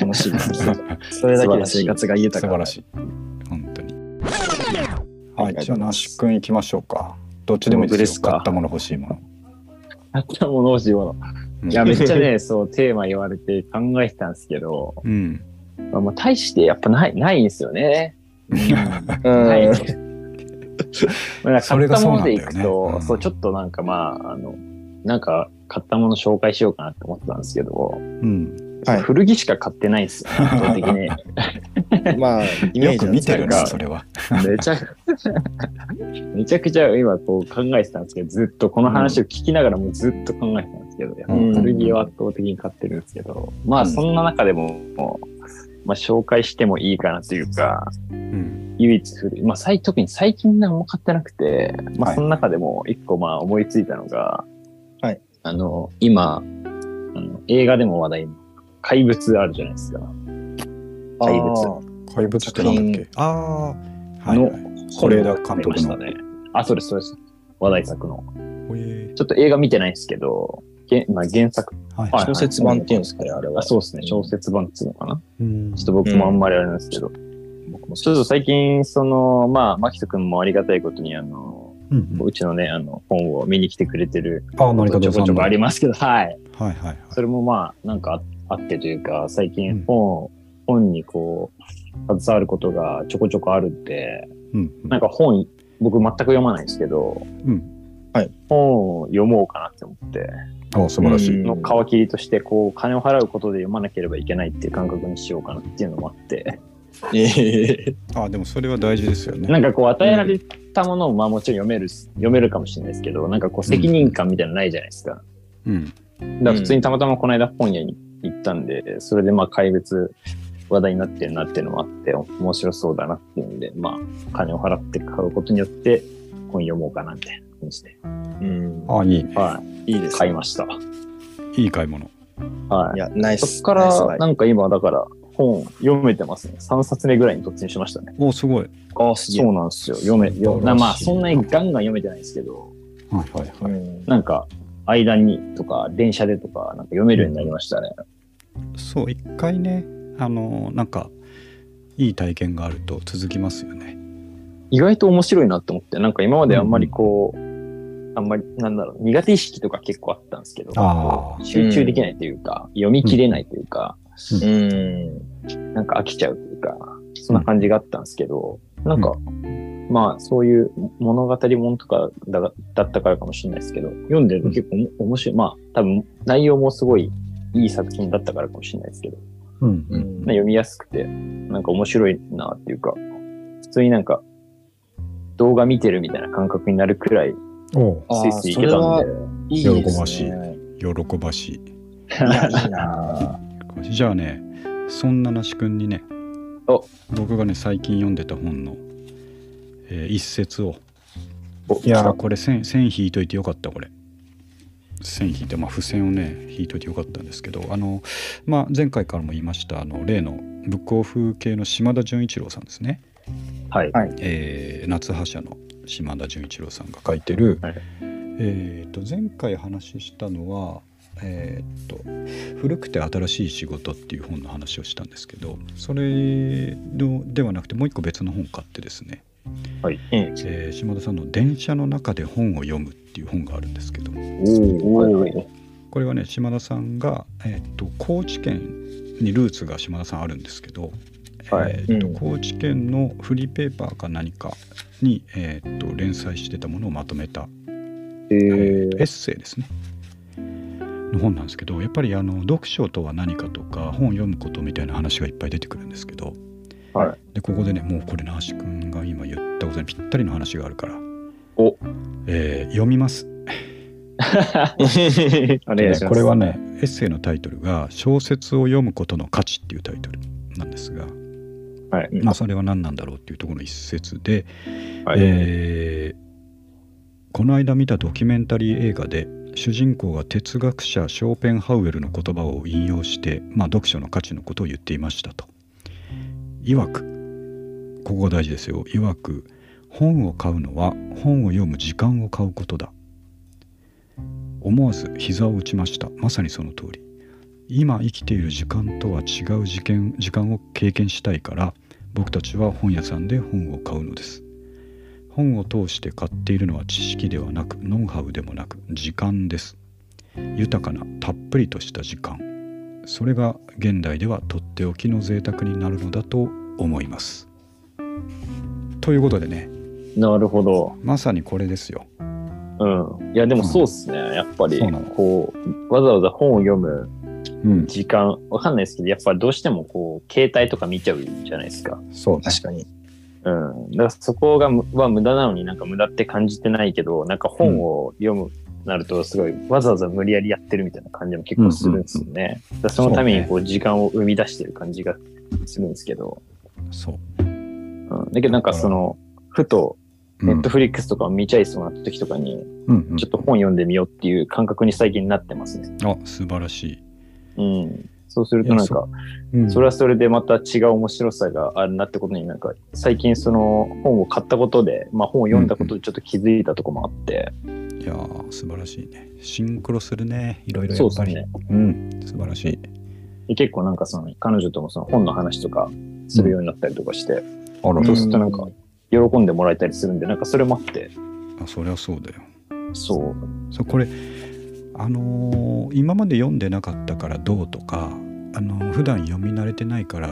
S3: 楽しいで す。
S1: 素
S3: それだけで生活が豊か
S1: 晴ら
S3: い。
S1: しい。本当に。
S3: は
S1: はいい、じゃあ、那須君行きましょうか。どっちでもいい
S2: 僕
S1: で
S2: ですす
S1: よ。
S2: か
S1: 買ったもの、欲しいもの。
S2: あったもの欲しいもの。
S1: うん
S2: いや、めっちゃね、そう、テーマ言われて考えてたんですけど、
S1: うん。
S2: まあ、まあ大してやっぱない、ないんですよね。
S3: うん
S2: ない。まあなんか
S1: そ
S2: 買
S1: れ
S2: っ
S1: が
S2: た
S1: そう
S2: も
S1: なんだ
S2: ので
S1: よ
S2: い
S1: ね
S2: くと、
S1: うん
S2: そう、ちょっとなんかまあ、あの、なんか買ったもの紹介しようかなって思ってたんですけど、
S1: うん。
S3: はい
S2: 古着しか買ってないんですよ、圧倒的に。
S3: まあ、イメ
S1: よ
S3: ージ
S1: く
S3: なんで
S1: 見
S3: すけ
S1: て
S3: ど
S1: るな、それは。
S2: めちゃくめちゃくちゃ今こう考えてたんですけど、ずっとこの話を聞きながらもずっと考えてたんですけど、やっぱ
S1: うん
S2: 古着を圧倒的に買ってるんですけど、まあそんな中でも、まあ紹介してもいいかなというか、
S1: うん。
S2: 唯一古い、まあ、最特に最近何も買ってなくて、ま
S1: は
S2: あ、
S1: い
S2: その中でも一個まあ思いついたのが、
S3: はい、
S2: あの今あの映画でも話題の怪物あるじゃないですか、怪物
S3: あー
S1: 怪物ってなんだっけああ。はいはい。是枝監督の。
S2: 本を買いましたねあそうですそうです話題作の
S1: ほえ
S2: ちょっと映画見てないんですけどげ、まあ、原作
S1: はい
S2: はい
S3: 小説版っていうんですかね、あれは。
S2: あそうですね小説版っつうのかな
S1: うん
S2: ちょっと僕もあんまりあれなんですけど、
S3: 僕も
S2: ちょっと最近そのまあ牧人君もありがたいことにあの
S1: うん
S2: うちのね、あの、本を見に来てくれてる、
S1: あマリ
S2: ち
S1: カド
S2: ょ
S1: さん
S2: こ
S1: の
S2: ちょこありますけど、はい。
S1: はいはいはい。
S2: それもまあ、なんかああってというか、最
S1: うん
S2: 近本を、本にこう、携わることがちょこちょこあるんで、
S1: うんうん
S2: なんか本、僕全く読まないんですけど、
S1: うん。
S2: 本を読もうかなって思って、
S1: あ素晴らしい。
S2: の皮切りとして、こう、金を払うことで読まなければいけないっていう感覚にしようかなっていうのもあって、
S3: ええ
S1: あでもそれは大事ですよね。
S2: なんかこう、与えられたものを、まあもちろん読める、読めるかもしれないですけど、なんかこう、責任感みたいなのないじゃないですか。
S1: うん。
S2: だから普通にたまたまこの間本屋に行ったんで、それでまあ怪物話題になってるなっていうのもあって、面白そうだなっていうんで、まあ金を払って買うことによって本読もうかなみたいな感じで。
S3: うん。
S1: あいいね。
S2: はい
S3: い
S2: い。
S3: ですね
S2: 買いました。
S1: いい買い物。
S2: はい
S3: や、ナイ
S2: い。
S3: ス。
S2: そっか
S3: ナイスバ
S2: ら
S3: イ
S2: なんか今だから本読めてますね。3冊目ぐらいに突入しましたね。
S1: おすごい。
S3: あ、すげ
S2: そ
S3: え。
S2: うなんですよ。読め、
S1: 素晴らし
S2: 読
S1: い
S2: なまあそんなにガンガン読めてないですけど、
S1: はいはいはい。
S3: ん
S2: なんか間にとか電車でとかなんか読めるようになりましたね。
S1: そう一回ねあのなんかいい体験があると続きますよね。
S2: 意外と面白いなって思って、なんか今まであんまりこう、あんまり、なんだろう、苦手意識とか結構あったんですけど、
S1: ああ
S2: 集中できないというか、読み切れないというか、
S3: うん。
S2: なんか飽きちゃうというか、そんな感じがあったんですけど、なんか、まあそういう物語もんとかだだったからかもしれないですけど、読んでると結構おも面白い、まあ多分内容もすごいいい作品だったからかもしれないですけど、
S1: うん
S3: う
S2: まあ
S3: ん
S2: 読みやすくて、なんか面白いなっていうか、普通になんか動画見てるみたいな感覚になるくらい
S1: お
S3: あー
S2: スイスイ行けた
S3: それ
S2: んで。
S3: いいですね。
S1: 喜ばしい喜ばしい。
S3: いや、いいな
S1: じゃあねそんな那須君にね
S2: お
S1: 僕がね最近読んでた本の、えー一節を
S2: お
S1: いやこれ線線引いといてよかったこれ線引いて、まあ、付箋をね引いといてよかったんですけどあの、まあ、前回からも言いましたあの例のブックオフ系の島田純一郎さんですね、
S2: はい。
S3: はい
S1: えー夏覇者の島田純一郎さんが書いてる、
S2: はい
S1: えー、と前回話したのは「えー、と古くて新しい仕事」っていう本の話をしたんですけどそれのではなくてもう一個別の本買ってですね
S3: え
S1: えー島田さんの「電車の中で本を読む」っていう本があるんですけど
S2: おーはいはい
S1: これはね島田さんが、えー、と高知県にルーツが島田さんあるんですけど、
S2: はい
S1: えーと
S3: うん
S1: 高知県のフリーペーパーか何かに、えー、と連載してたものをまとめた、え
S2: え
S1: ー
S2: ー
S1: エッセイですねの本なんですけどやっぱりあの読書とは何かとか本を読むことみたいな話がいっぱい出てくるんですけど、
S2: は
S1: でここでねもうこれ那橋君が今言ったことにぴったりの話があるから
S2: お
S1: えー読みます
S3: え
S2: お願いします。
S1: これはねエッセイのタイトルが「小説を読むことの価値」っていうタイトルなんですが、
S2: はい。
S1: まあ、それは何なんだろうっていうところの一節で、
S2: はい。
S1: えーこの間見たドキュメンタリー映画で主人公が哲学者ショーペンハウエルの言葉を引用して、まあ、読書の価値のことを言っていましたと。いわくここが大事ですよいわく本を買うのは本を読む時間を買うことだ思わず膝を打ちましたまさにその通り今生きている時間とは違う時間時間を経験したいから僕たちは本屋さんで本を買うのです本を通して買っているのは知識ではなくノウハウでもなく時間です豊かなたっぷりとした時間それが現代ではとっておきの贅沢になるのだと思いますということでね
S2: なるほど。
S1: まさにこれですよ
S2: うん。いや、でもそうっすね。やっぱり
S1: そうなの、
S2: こう、わざわざ本を読む
S1: うん
S2: 時間、わかんないですけど、やっぱどうしてもこう、携帯とか見ちゃうじゃないですか。
S1: そうね
S3: 確かに。
S2: うん。だからそこがむ、は無駄なのになんか無駄って感じてないけど、なんか本を読む、なるとすごいわざわざ無理やりやってるみたいな感じも結構するんですよね。だからそのためにこう時間を生み出してる感じがするんですけど。
S1: そう
S2: うん、だけどなんかその、ふとネットフリックスとかを見ちゃいそうな時とかに、
S1: うんうんうん
S2: ちょっと本読んでみようっていう感覚に最近なってますね。
S1: あ素晴らし
S2: うん。そうするとなん
S1: い
S2: か、
S1: い、うん
S2: それはそれでまた違う面白さがあるなってことになんか、最近その本を買ったことで、まあ本を読んだことでちょっと気づいたとこもあって、
S1: いやー素晴らしいねシンクロするねいろいろや
S2: そう
S1: っ
S2: で
S1: ぱ
S2: す
S1: り
S2: ね。
S1: うん素晴らしい
S2: で結構なんかその彼女ともその本の話とかするようになったりとかして、
S1: あら
S2: そうするとなんか喜んでもらえたりするんで、なんかそれもあって、
S1: あそりゃそうだよ
S2: そう。
S1: そうこれあのー今まで読んでなかったからどうとか、あのー普段読み慣れてないから、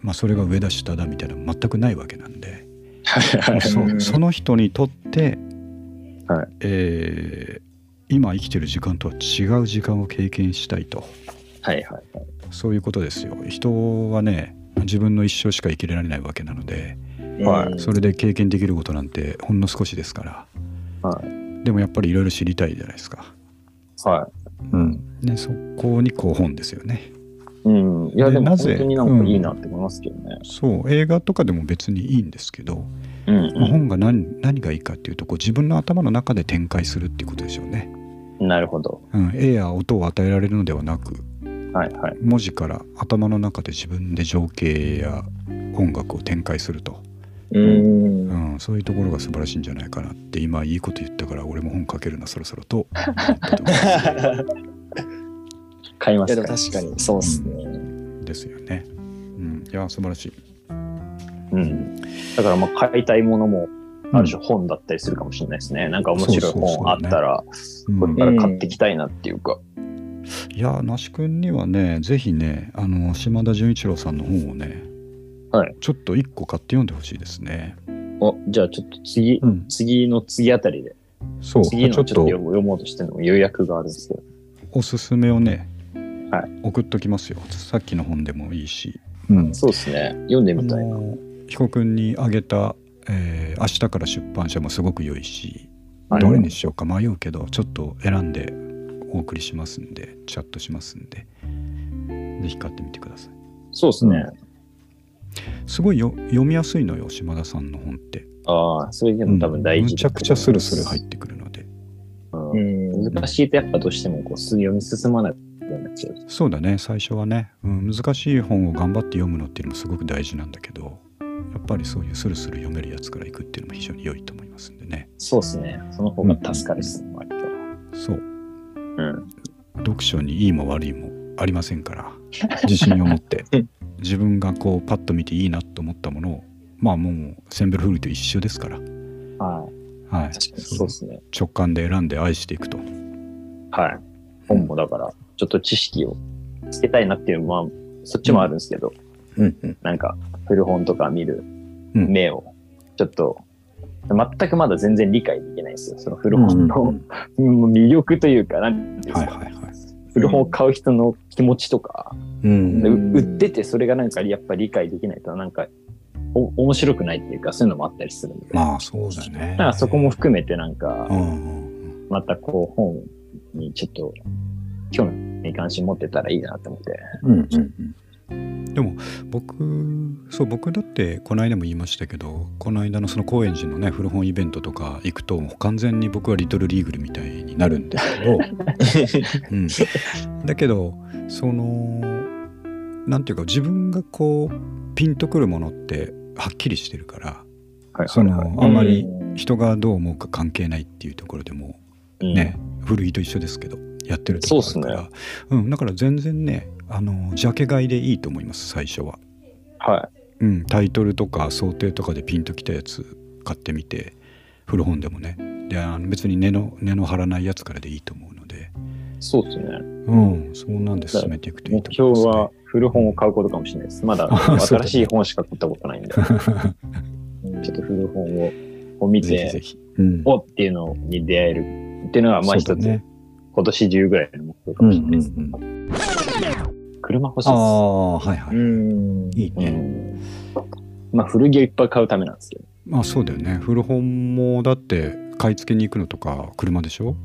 S1: まあ、それが上だ下だみたいなの全くないわけなんで
S3: はい
S1: そうその人にとって、
S2: はい
S1: えー今生きてる時間とは違う時間を経験したいと
S2: はいはいはい。
S1: そういうことですよ人はね自分の一生しか生きられないわけなので、
S2: はい
S1: それで経験できることなんてほんの少しですから、
S2: は
S1: でもやっぱりいろいろ知りたいじゃないですか。
S2: は
S1: ね、そこにこう本ですよね。
S2: い。うん。いや
S1: で
S2: でも
S1: なぜ
S2: 本当になんかいいなって思いますけどね。
S1: そう映画とかでも別にいいんですけど、
S2: うん。
S1: まあ本が何何がいいかっていうとこう自分の頭の中で展開するっていうことでしょうね。
S2: うんなるほど。
S1: うん、絵や音を与えられるのではなく
S2: はいはい。
S1: 文字から頭の中で自分で情景や音楽を展開すると、
S3: う。
S1: うんん、そういうところが素晴らしいんじゃないかなって今いいこと言ったから俺も本書けるなそろそろと思ったとこ
S2: 買いま
S3: いや
S2: す
S3: で
S2: か
S3: も確かにそうっすね。
S1: ろですよね。うん、いや素晴ら しい。
S2: うん、だからまあ買いたいものもある種本だったりするかもしれないですね。なんか面白い本あったら、
S1: うん
S2: これから買ってきたいなっていうか。
S1: いや那須君にはねぜひねあの島田純一郎さんの本をね、
S2: はい
S1: ちょっと1個買って読んでほしいですね。
S2: おじゃあちょっと次、
S1: うん、
S2: 次の次あたりで、
S1: そう
S2: 次の
S1: ち
S2: ち
S1: ょ
S2: ょ
S1: っ
S2: っと
S1: と
S2: 読もう読もうとしてるのも予約があるんですけど。
S1: おすすめをね、
S2: は
S1: 送っときますよさっきの本でもいいし、
S2: そうですね。読んで
S1: あ
S2: みたいな。
S1: の彦君にあげた、えー明日から出版社」もすごく良いし
S2: はい
S1: どれにしようか迷うけどちょっと選んでお送りしますんでチャットしますんでぜひ買ってみてください。
S2: そうですね。
S1: すごいよ読みやすいのよ島田さんの本って。
S2: ああ、それでも多分大事、
S1: むちゃくちゃスルスル入ってくるので
S2: うん
S3: うん
S2: 難しいとやっぱどうしてもこうす読み進まないようになっちゃう。
S1: そうだね最初はね、うん、難しい本を頑張って読むのっていうのもすごく大事なんだけどやっぱりそういうスルスル読めるやつからいくっていうのも非常に良いと思いますんでね
S2: そうですね。その方が助かるですね、割と。
S1: そう
S2: うん。
S1: 読書にいいも悪いもありませんから自信を持って
S3: うん
S1: 自分がこうパッと見ていいなと思ったものをまあもうセンベルフールと一緒ですから、
S2: はい。
S1: はい、
S3: 確かに
S2: そうですね。
S1: 直感で選んで愛していくと
S2: はい。本もだから、ちょっと知識をつけたいなっていう、まあ、そっちもあるんですけど、
S3: うんうん。
S2: なんか、古本とか見る
S1: うん
S2: 目を、ちょっと、全くまだ全然理解できないんですよ。その古本の、うん魅力というか、なんていうんで
S1: は
S2: す
S1: い
S2: か、
S1: はいはい
S2: 古本を買う人の気持ちとか、
S1: うん
S2: で
S3: うん
S2: 売っててそれがなんかやっぱ理解できないとなんかお面白くないっていうかそういうのもあったりするんで、
S1: まあそうだね
S2: だからそこも含めてなんか
S1: うんうん
S2: またこう本にちょっと興味関心持ってたらいいなと思って
S3: うんうん
S1: 僕そう僕だってこの間も言いましたけどこの間のその高円寺のね古本イベントとか行くともう完全に僕はリトルリーグルみたいになるんですけ ど、うん、だけどそのなんていうか自分がこうピンとくるものってはっきりしてるから
S2: はい
S1: そ
S2: はい
S1: の
S2: はい
S1: あんまり人がどう思うか関係ないっていうところでも
S2: うん
S1: ね、古着と一緒ですけどやってるとこあるから
S2: そう
S1: うん、だから全然ねあのジャケ買いでいいと思います最初は、
S2: は
S1: うん、タイトルとか想定とかでピンときたやつ買ってみて古本でもねであの別に根の根の張らないやつからでいいと思うので、
S2: いそうですね
S1: うん、そうなんで進めていくといい
S2: 目
S1: と思い
S2: 標
S1: ます、ね、
S2: は古本を買うことかもしれないですまだ
S1: そうだ
S2: 新
S1: ね
S2: しい本しか買ったことないんでちょっと古本をを 見
S1: ぜひぜ
S2: て
S1: ひ、うん、
S2: おっていうのに出会えるっていうのがまあ
S1: そ
S2: 一
S1: う
S2: つ
S1: だね
S2: 今年中ぐらいの目標かもしれないです。
S3: うんう
S2: 車欲しい
S1: あ
S2: です。
S1: あはいはい、
S3: うん。
S1: いいね、
S2: うんまあ古着をいっぱい買うためなんですけど。
S1: まあそうだよね古本もだって買い付けに行くのとか車でしょ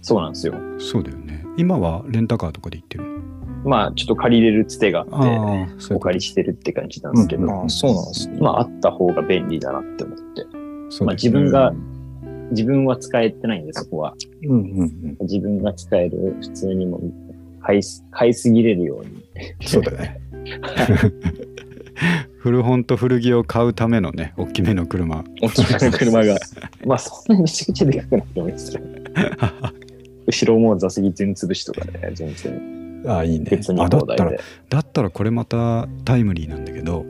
S2: そうなんですよ。
S1: そうだよね今はレンタカーとかで行ってる
S2: まあちょっと借りれるつてがあって、
S1: ああ、そういうこ
S2: お
S1: と
S2: 借りしてるって感じなんですけど、
S1: うん
S3: ああ、そうなんですね。
S2: まああった方が便利だなって思って。
S1: そう
S2: まあ
S1: です
S2: 自
S1: ね
S2: 分が、自分は使えてないんで、そこは。
S3: うんうんうん。
S2: 自分が使える、普通にも買いす買いすぎれるように。
S1: そうだね。 古本と古着を買うためのね、大きめの車。
S3: 大き めの車が。
S2: まあそんなにめちゃくちゃでかくなくてもいいですよ。後ろもう座席全潰しとかで、全然。
S1: ああ、いい
S2: 別に
S1: あだっ
S2: 放題
S1: たら
S2: で。、
S1: だったらこれまたタイムリーなんだけど、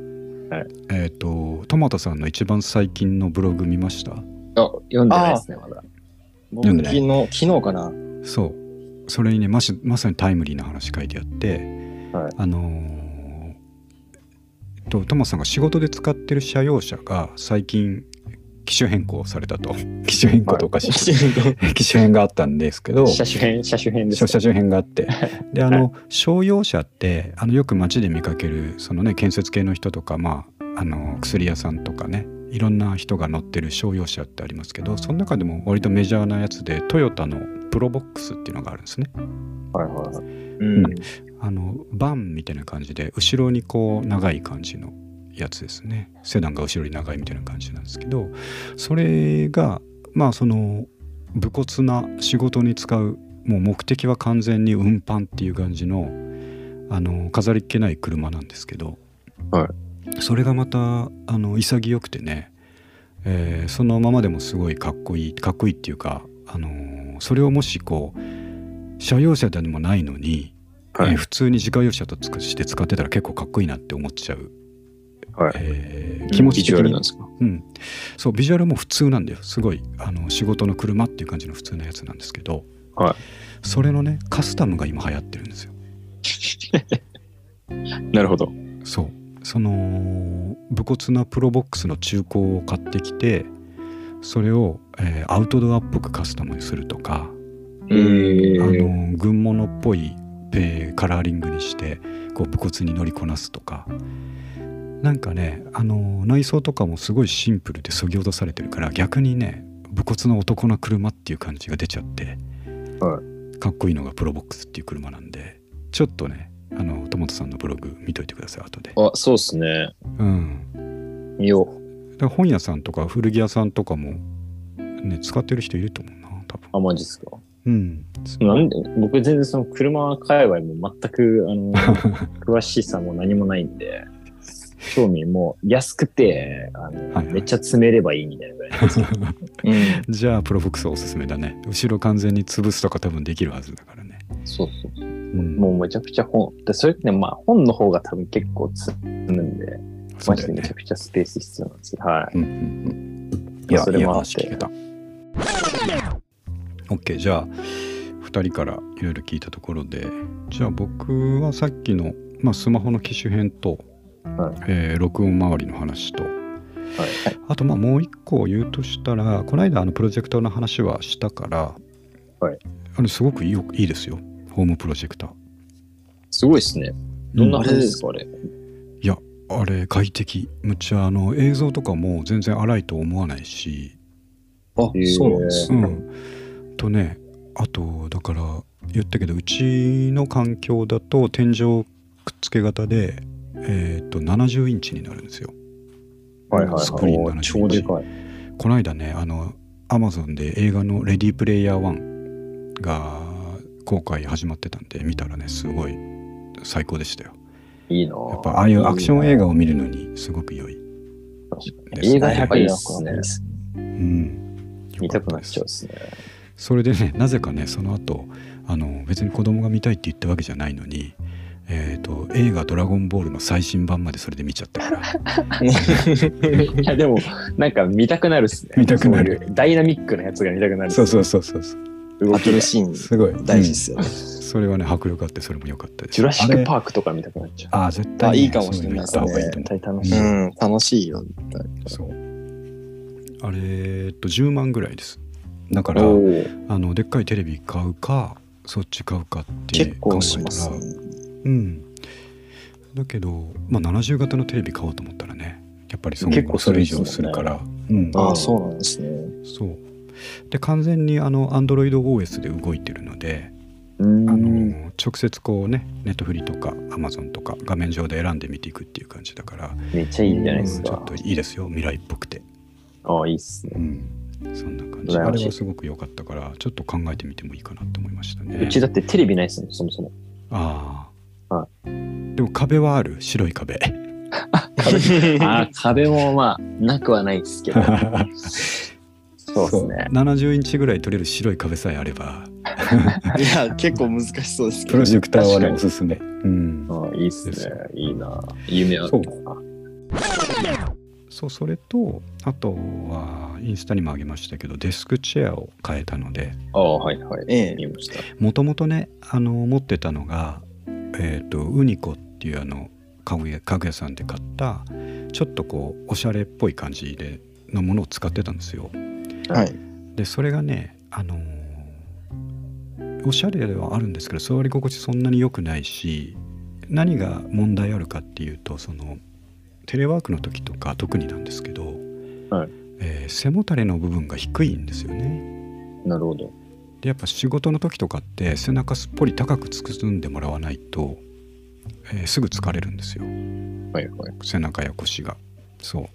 S2: はい
S1: えっ、と、トマトさんの一番最近のブログ見ました
S2: あ、読んでないですね、まだ。
S3: 僕
S1: ん
S3: 昨
S1: でない
S3: 日、昨日か な。
S1: そう。それにねまし、まさにタイムリーな話書いてあって、
S2: はい
S1: あのーえっとトマさんが仕事で使ってる車用車が最近機種変更された と機種変更とおかしい、 機種変があったんですけど
S2: 車種編、車種編で
S1: 車
S2: すね。
S1: 車種変があ ってであの商用車ってあのよく街で見かけるそのね建設系の人とか、まあ、あの薬屋さんとかねいろんな人が乗ってる商用車ってありますけどその中でも割とメジャーなやつでトヨタのプロボックスっていうのがあるんですね。
S2: はいはいはい。
S3: うん。
S1: あのバンみたいな感じで後ろにこう長い感じのやつですねセダンが後ろに長いみたいな感じなんですけどそれがまあその武骨な仕事に使うもう目的は完全に運搬っていう感じのあの飾りっ気ない車なんですけど、
S2: は
S1: それがまたあの潔くてね、えーそのままでもすごいかっこいいかっこいいっていうか、あのそれをもしこう車用車でもないのに、
S2: はい
S1: えー普通に自家用車とつくして使ってたら結構かっこいいなって思っちゃう、
S2: はい
S1: えー気持ち的に
S2: ですか
S1: うん、そうビジュアルも普通なんだよすごいあの仕事の車っていう感じの普通なやつなんですけど、
S2: はい
S1: それのねカスタムが今流行ってるんですよ
S2: なるほど。
S1: そうその武骨なプロボックスの中古を買ってきてそれを、えーアウトドアっぽくカスタムにするとか、あ
S2: えー、
S1: の軍物っぽい、えーカラーリングにしてこう武骨に乗りこなすとかなんかねあの内装とかもすごいシンプルでそぎ落とされてるから逆にね武骨な男の車っていう感じが出ちゃって、
S2: は
S1: かっこいいのがプロボックスっていう車なんでちょっとねあのトマトさんのブログ見といてください後で。
S2: あ、そうですね。
S1: うん
S2: 見よう。
S1: だから本屋さんとか古着屋さんとかも、ね、使ってる人いると思うな多分
S2: あ、マジっすか。
S1: う うん。
S2: なんで、僕全然その車界隈も全く、あの、詳しさも何もないんで、興味も安くて、あの
S1: はいはい
S2: めっちゃ詰めればいいみたいなぐらい。
S3: うん。
S1: じゃあプロフォックスおすすめだね。後ろ完全に潰すとか多分できるはずだからね。
S3: そうそう。
S1: うん、
S2: もうめちゃくちゃ本。で、それってね、まあ本の方が多分結構積むんで、
S1: そ
S2: マ
S1: うだ
S2: ジ
S1: よ
S2: でめ
S1: ね
S2: ちゃ。くちゃスペース必要なんですよ。はい。
S1: うんうんうん。い
S2: いや
S1: や、
S2: それ
S1: いい
S2: もあっ
S1: 話
S2: て
S1: 聞けた。OK、じゃあ、2人からいろいろ聞いたところで、じゃあ僕はさっきの、まあ、スマホの機種編と、
S2: はい
S1: えー録音周りの話と、
S2: はい。
S1: あとまあもう一個言うとしたら、この間あのプロジェクターの話はしたから、
S2: はい
S1: あのすごくいいよいいですよ、ホームプロジェクター。
S2: すごいですね。どんな
S1: うん
S2: 話ですか、あれ。
S1: あれ快適むっちゃあの映像とかも全然荒いと思わないし
S3: あ、
S2: へー
S3: そうなんです
S1: う
S3: ね。
S1: んとねあとだから言ったけどうちの環境だと天井くっつけ型でえっ、と70インチになるんですよ
S2: はいはい
S1: スクリーン
S2: は
S1: の
S2: い。
S1: 話
S2: 超でかい。
S1: この間ねあのアマゾンで映画の「レディープレイヤー1」が公開始まってたんで見たらねすごい最高でしたよ
S2: いいなぁ
S1: やっぱああいうアクション映画を見るのにすごく良いですね
S2: 映画やっぱいいっすね。
S1: うん
S2: 見たくなっ
S1: す
S2: ちゃうっすね。
S1: それでね なぜかねその後あの別に子供が見たいって言ったわけじゃないのに、えー、と映画「ドラゴンボール」の最新版までそれで見ちゃったから
S2: いやでもなんか見たくなるっすね。
S1: 見たくなる
S2: そういうダイナミックなやつが見たくなるっ す
S1: そ
S2: ね、
S1: うそうそうそうそう
S2: 動
S3: バ
S2: き
S3: ト
S2: が
S3: ルシーン
S1: すごい
S3: 大事ですよね。
S1: うんそれはね迫力あってそれも良かったです
S2: ジュラシック
S1: ー
S2: パークとか見たくなっちゃ
S1: ああ絶対、ね、
S3: あいいかもしれないですね
S1: そううの行った方がいいと
S2: う。
S1: 思
S2: 絶対楽しい。
S3: うん、楽しいよ。
S1: うそうあれえっと10万ぐらいですだから
S2: おー
S1: あのでっかいテレビ買うかそっち買うかって
S3: 結
S1: 考えたら
S3: 構しますね。
S1: うんだけど、まあ、70型のテレビ買おうと思ったらねやっぱりその
S2: 結構
S1: そ
S2: す
S1: れ
S2: る
S1: 以
S2: っすよ
S1: 上
S2: ね
S1: するから、うん、
S2: あ
S3: あ
S2: ー
S3: あ、そうなんですね。
S1: そうで完全にあの AndroidOS で動いてるので、
S2: う
S1: あ
S2: ん。
S1: の直接こうねネットフリとか Amazon とか画面上で選んで見ていくっていう感じだから
S2: めっちゃいいんじゃない
S1: うん
S2: で
S1: ち
S2: す
S1: ょっ
S2: か。
S1: といいですよ未来っぽくて、
S2: ああ、いいっすね。
S1: そんな感じ
S2: 羨
S1: あ
S2: ましい
S1: れはすごく良かったからちょっと考えてみてもいいかなと思いましたね
S2: うちだってテレビないっすもん、そもそも。
S1: ああ、
S2: は
S1: でも壁はある白い壁
S2: あ あ、壁もまあ、なくはないっすけど。そうっすね。
S1: 70インチぐらい取れる白い壁さえあれば
S3: いや、結構難しそうです
S1: プ
S3: けど
S1: ロ。ジェクターは
S2: 確か
S1: ね
S2: に
S1: おすすめ、うん、
S2: ああ、いいっすね
S1: ですよ。
S2: いいな。夢あるな。
S1: そうそれとあとはインスタにもあげましたけどデスクチェアを変えたので
S2: ああ、はいはい。
S3: ええ
S2: 見ました。
S1: もともとねあの持ってたのが、えー、とウニコっていうあの家具屋家具屋さんで買ったちょっとこうおしゃれっぽい感じでのものを使ってたんですよ。
S3: はい。
S1: でそれがねあのーおしゃれではあるんですけど座り心地そんなに良くないし何が問題あるかっていうとそのテレワークの時とか特になんですけど、
S2: はい
S1: えー背もたれの部分が低いんですよね。
S2: なるほど。
S1: でやっぱ仕事の時とかって背中すっぽり高く包んでもらわないと、えーすぐ疲れるんですよ。
S2: はいはい。
S1: 背中や腰がそ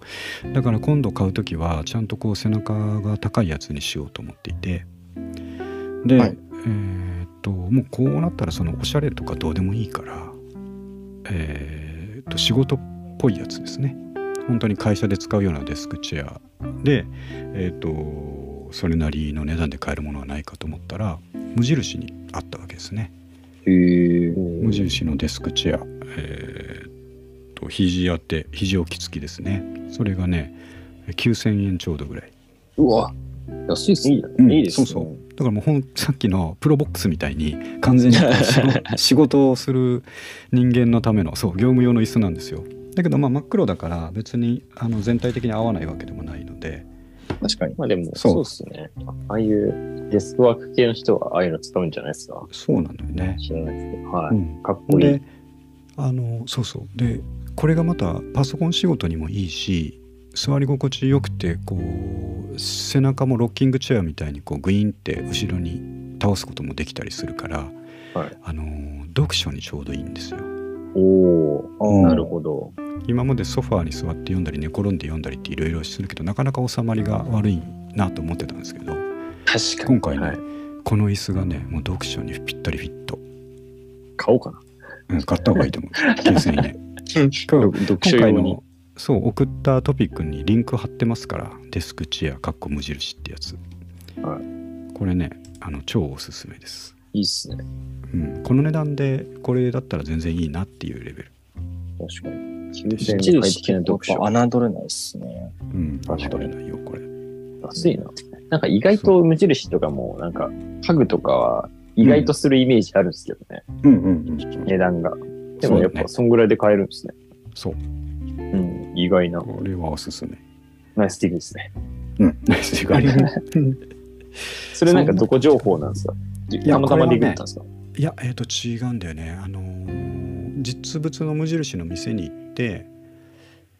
S1: うだから今度買う時はちゃんとこう背中が高いやつにしようと思っていてで、
S3: はい
S1: えーっともうこうなったらそのおしゃれとかどうでもいいからえーっと仕事っぽいやつですね本当に会社で使うようなデスクチェアでえーっとそれなりの値段で買えるものはないかと思ったら無印にあったわけですね
S2: へえ。
S1: 無印のデスクチェア、えーっと肘当て肘置き付きですねそれがね9000円ちょうどぐらいう
S2: わ。安いっすね。
S1: うん
S2: いいですね。
S1: そうそうだからもうほんさっきのプロボックスみたいに完全にこう仕事仕事をする人間のためのそう業務用の椅子なんですよだけどまあ真っ黒だから別にあの全体的に合わないわけでもないので
S3: 確かに。
S2: まあでも、
S1: そう
S2: そうですね。ああいうデスクワーク系の人はああいうの使うんじゃないですか。
S1: そうなのよね、
S2: 知らないですけど。は
S1: う
S2: い。
S1: ん、
S2: かっこいい
S1: で。あのそうそうでこれがまたパソコン仕事にもいいし座り心地よくてこう背中もロッキングチェアみたいにこうグイーンって後ろに倒すこともできたりするから、
S2: はい
S1: あの読書にちょうどいいんですよ。
S2: おお、
S3: うん
S2: なるほど。
S1: 今までソファーに座って読んだり寝転んで読んだりっていろいろするけどなかなか収まりが悪いなと思ってたんですけど
S2: 確かに。
S1: 今回ね、
S2: はい
S1: この椅子がねもう読書にぴったりフィット、
S2: 買おうかな。
S1: うん、買った方がいいと思う9000円で 今
S2: 読読
S1: 日
S2: 書
S1: 今回
S2: 用に
S1: の。そう送ったトピックにリンク貼ってますからデスクチェアかっこ無印ってやつ、
S2: は
S1: これねあの超おすすめです
S2: いいっすね。
S1: うん、この値段でこれだったら全然いいなっていうレベル。
S2: 確かに。9000円
S3: 無
S2: で快適
S3: 印
S2: な
S3: ってやっ
S2: 読書。
S3: ぱ侮れないっすね。
S1: うん、
S2: 確かに
S1: 侮れないよ、これ。
S2: 安いな。なんか意外と無印とかも、なんか家具とかは意外とするイメージあるんですけどね、
S1: うんうんうん。
S2: 値段が。で
S1: そ
S2: もやっ
S1: うだね
S2: ぱそんぐらいで買えるんですね。
S1: そう、
S2: うん、意外な。
S1: これはおすすめ。
S2: ナイスティグですね。
S1: うん、ナイスティガリ
S2: それなんかどこ情報なんですか
S1: や
S2: たまたまリグったんですか
S1: いや、えっ、と、違うんだよね。あのー実物の無印の店に行って、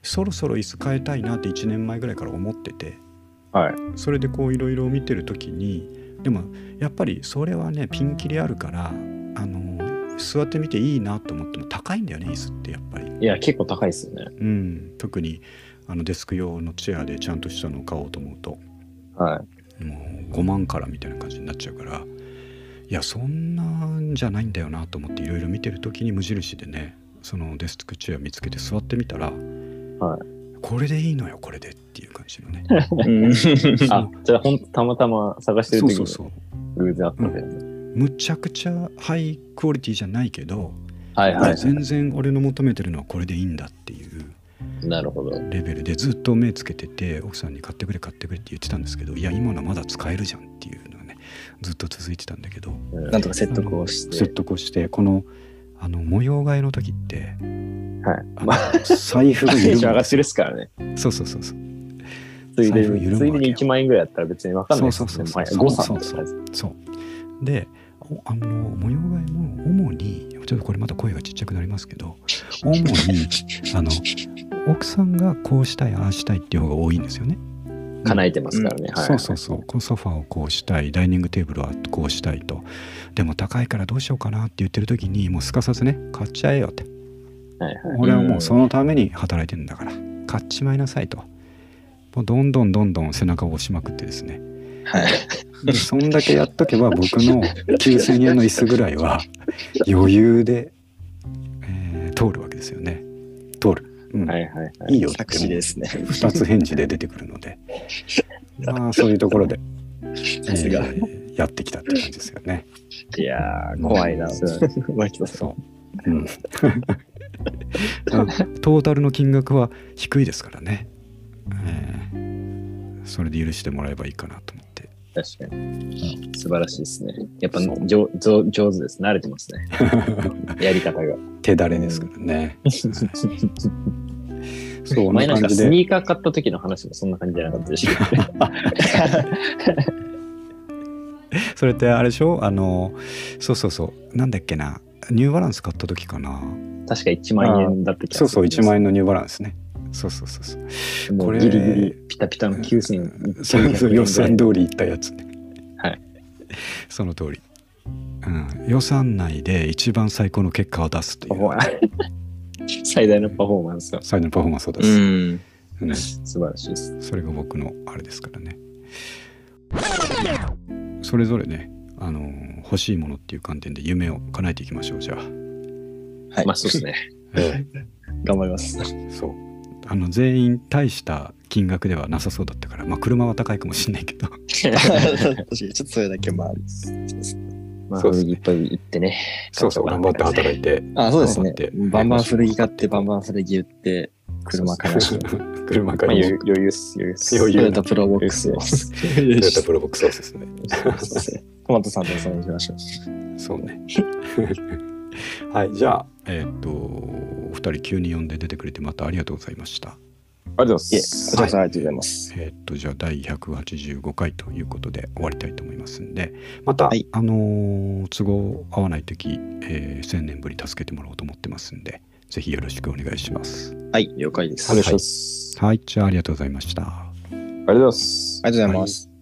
S1: そろそろ椅子変えたいなって1年前ぐらいから思ってて、
S2: はい。
S1: それでこういろいろ見てる時にでもやっぱりそれはねピンキリあるからあの座ってみていいなと思っても高いんだよね椅子ってやっぱり、
S2: いや、結構高いですよね。
S1: うん、特にあのデスク用のチェアでちゃんとしたのを買おうと思うと
S2: は
S1: もう5万からみたいな感じになっちゃうからいやそんなんじゃないんだよなと思っていろいろ見てる時に無印でねそのデスクチェア見つけて座ってみたら、
S2: は
S1: これでいいのよこれでっていう感じ のね
S3: うん
S2: い。あ、じゃあほんとたまたま探してる
S1: そう
S2: 時
S1: そ
S2: に
S1: うそう
S2: 偶然あったんだよね。
S1: むちゃくちゃハイクオリティじゃないけど、
S2: はいはい。
S1: 全然俺の求めてるのはこれでいいんだっていう
S2: なるほど。
S1: レベルでずっと目つけてて奥さんに買ってくれ買ってくれって言ってたんですけどいや今のまだ使えるじゃんっていうのがねずっと続いてたんだけど
S2: うん
S3: なんとか説得をし
S1: 説
S3: て。
S1: 得をしてこのあの模様替えの時って
S2: はい。
S1: あの財布が
S2: テン
S1: 緩
S2: ション上
S1: む
S2: がってるっすからね。
S1: そうそうそうそう
S2: つい
S1: 財
S2: で
S1: 布緩むわ
S2: に、つ
S1: け
S2: い
S1: よ
S2: でに1万円ぐらいだったら別に分かんないですね。
S1: そうそうそうそう
S2: 誤算
S1: そうそうそうでおあの模様替えも主にちょっとこれまた声がちっちゃくなりますけ ど主にあの奥さんがこうしたいああしたいっていう方が多いんですよね。
S2: 叶えてますからね。はい。
S1: そうそうそうこのソファーをこうしたいダイニングテーブルはこうしたいとでも高いからどうしようかなって言ってる時にもうすかさずね買っちゃえよって
S2: はいはい。
S1: 俺はもうそのために働いてるんだから買っちまいなさいともうどんどんどんどん背中を押しまくってですね
S3: はい。
S1: でそんだけやっとけば僕の9,000円の椅子ぐらいは余裕で、えー通るわけですよね通る、うん、
S2: はいいはいはい。
S1: いよって
S3: 作詞ですね。
S1: 2つ返事で出てくるのでまあそういうところで、え
S3: さすが
S1: ーやってきたって感じですよね
S2: いやー、
S3: 怖いな。
S2: そう
S3: 脇田さ
S1: そう、うん、 トータルの金額は低いですからね、えーそれで許してもらえばいいかなと思って
S2: 確かに。素晴らしいですね。やっぱ
S1: そう
S2: 上上上手です。慣れてますね。やり 方が。
S1: 手だれですからね、そう
S2: 前
S1: な
S2: なん
S1: 感
S2: か
S1: じ
S2: ス
S1: で
S2: ニーカー買った時の話もそんな感じじゃなかった でしょ。
S1: それってあれでしょあのそうそうそうなんだっけなニューバランス買った時かな
S2: 確か1万円だった気が
S1: そうそう1万
S2: 円。
S1: 円のニューバランスねそうそうそうそう
S2: も
S1: こ
S2: う
S1: れ
S2: ギリギリピタピタの9000円。
S1: そうそう予算通りいったやつね
S2: はい
S1: その通り、うん、予算内で一番最高の結果を出すという
S2: 最大のパフォーマンスが
S1: 最大のパフォーマンスを出
S3: う
S1: す、
S3: ん。
S1: うん
S2: 素晴らしいです。
S1: それが僕のあれですからねそれぞれねあの欲しいものっていう観点で夢を叶えていきましょうじゃあ、
S3: はい。
S2: まあそうですね。
S3: 頑張り ます。
S1: そうあの全員大した金額ではなさそうだったから、まあ、車は高いかもしれないけど
S3: 確かにちょっとそれだけまあ。
S2: まあ、
S1: そうですね
S2: いっぱい行ってね。
S1: そうそう頑張って働い て
S3: あ、そうです
S1: 頑張
S3: ね
S1: って。
S3: バンバン古着買って、バンバン古着売って、車から、 ト
S1: 車か
S2: ま
S1: ら
S2: あ、余裕余裕っす、余裕っす。
S1: 余裕
S3: ヨタプロボックスを。
S1: トヨタプロボックスですね
S3: トマトさんとお揃いしましょう。
S1: そうね はいじゃあえーっとお二人急に呼んで出てくれてまたありがとうございました
S2: ありがとうご
S3: い
S2: ざ
S3: え、
S2: い
S3: こち
S2: ます。
S3: らこそありがとうございます。
S1: えーっとじゃあ第185回ということで終わりたいと思いますんでまた、
S3: はい
S1: あのー都合合わない時、えー、1,000年ぶり助けてもらおうと思ってますんでぜひよろしくお願いします
S3: はい、了解です。あ
S2: お
S3: り
S2: 願いします。
S1: はいじゃあありがとうございました
S2: ありがとうございます。
S3: がとうございます。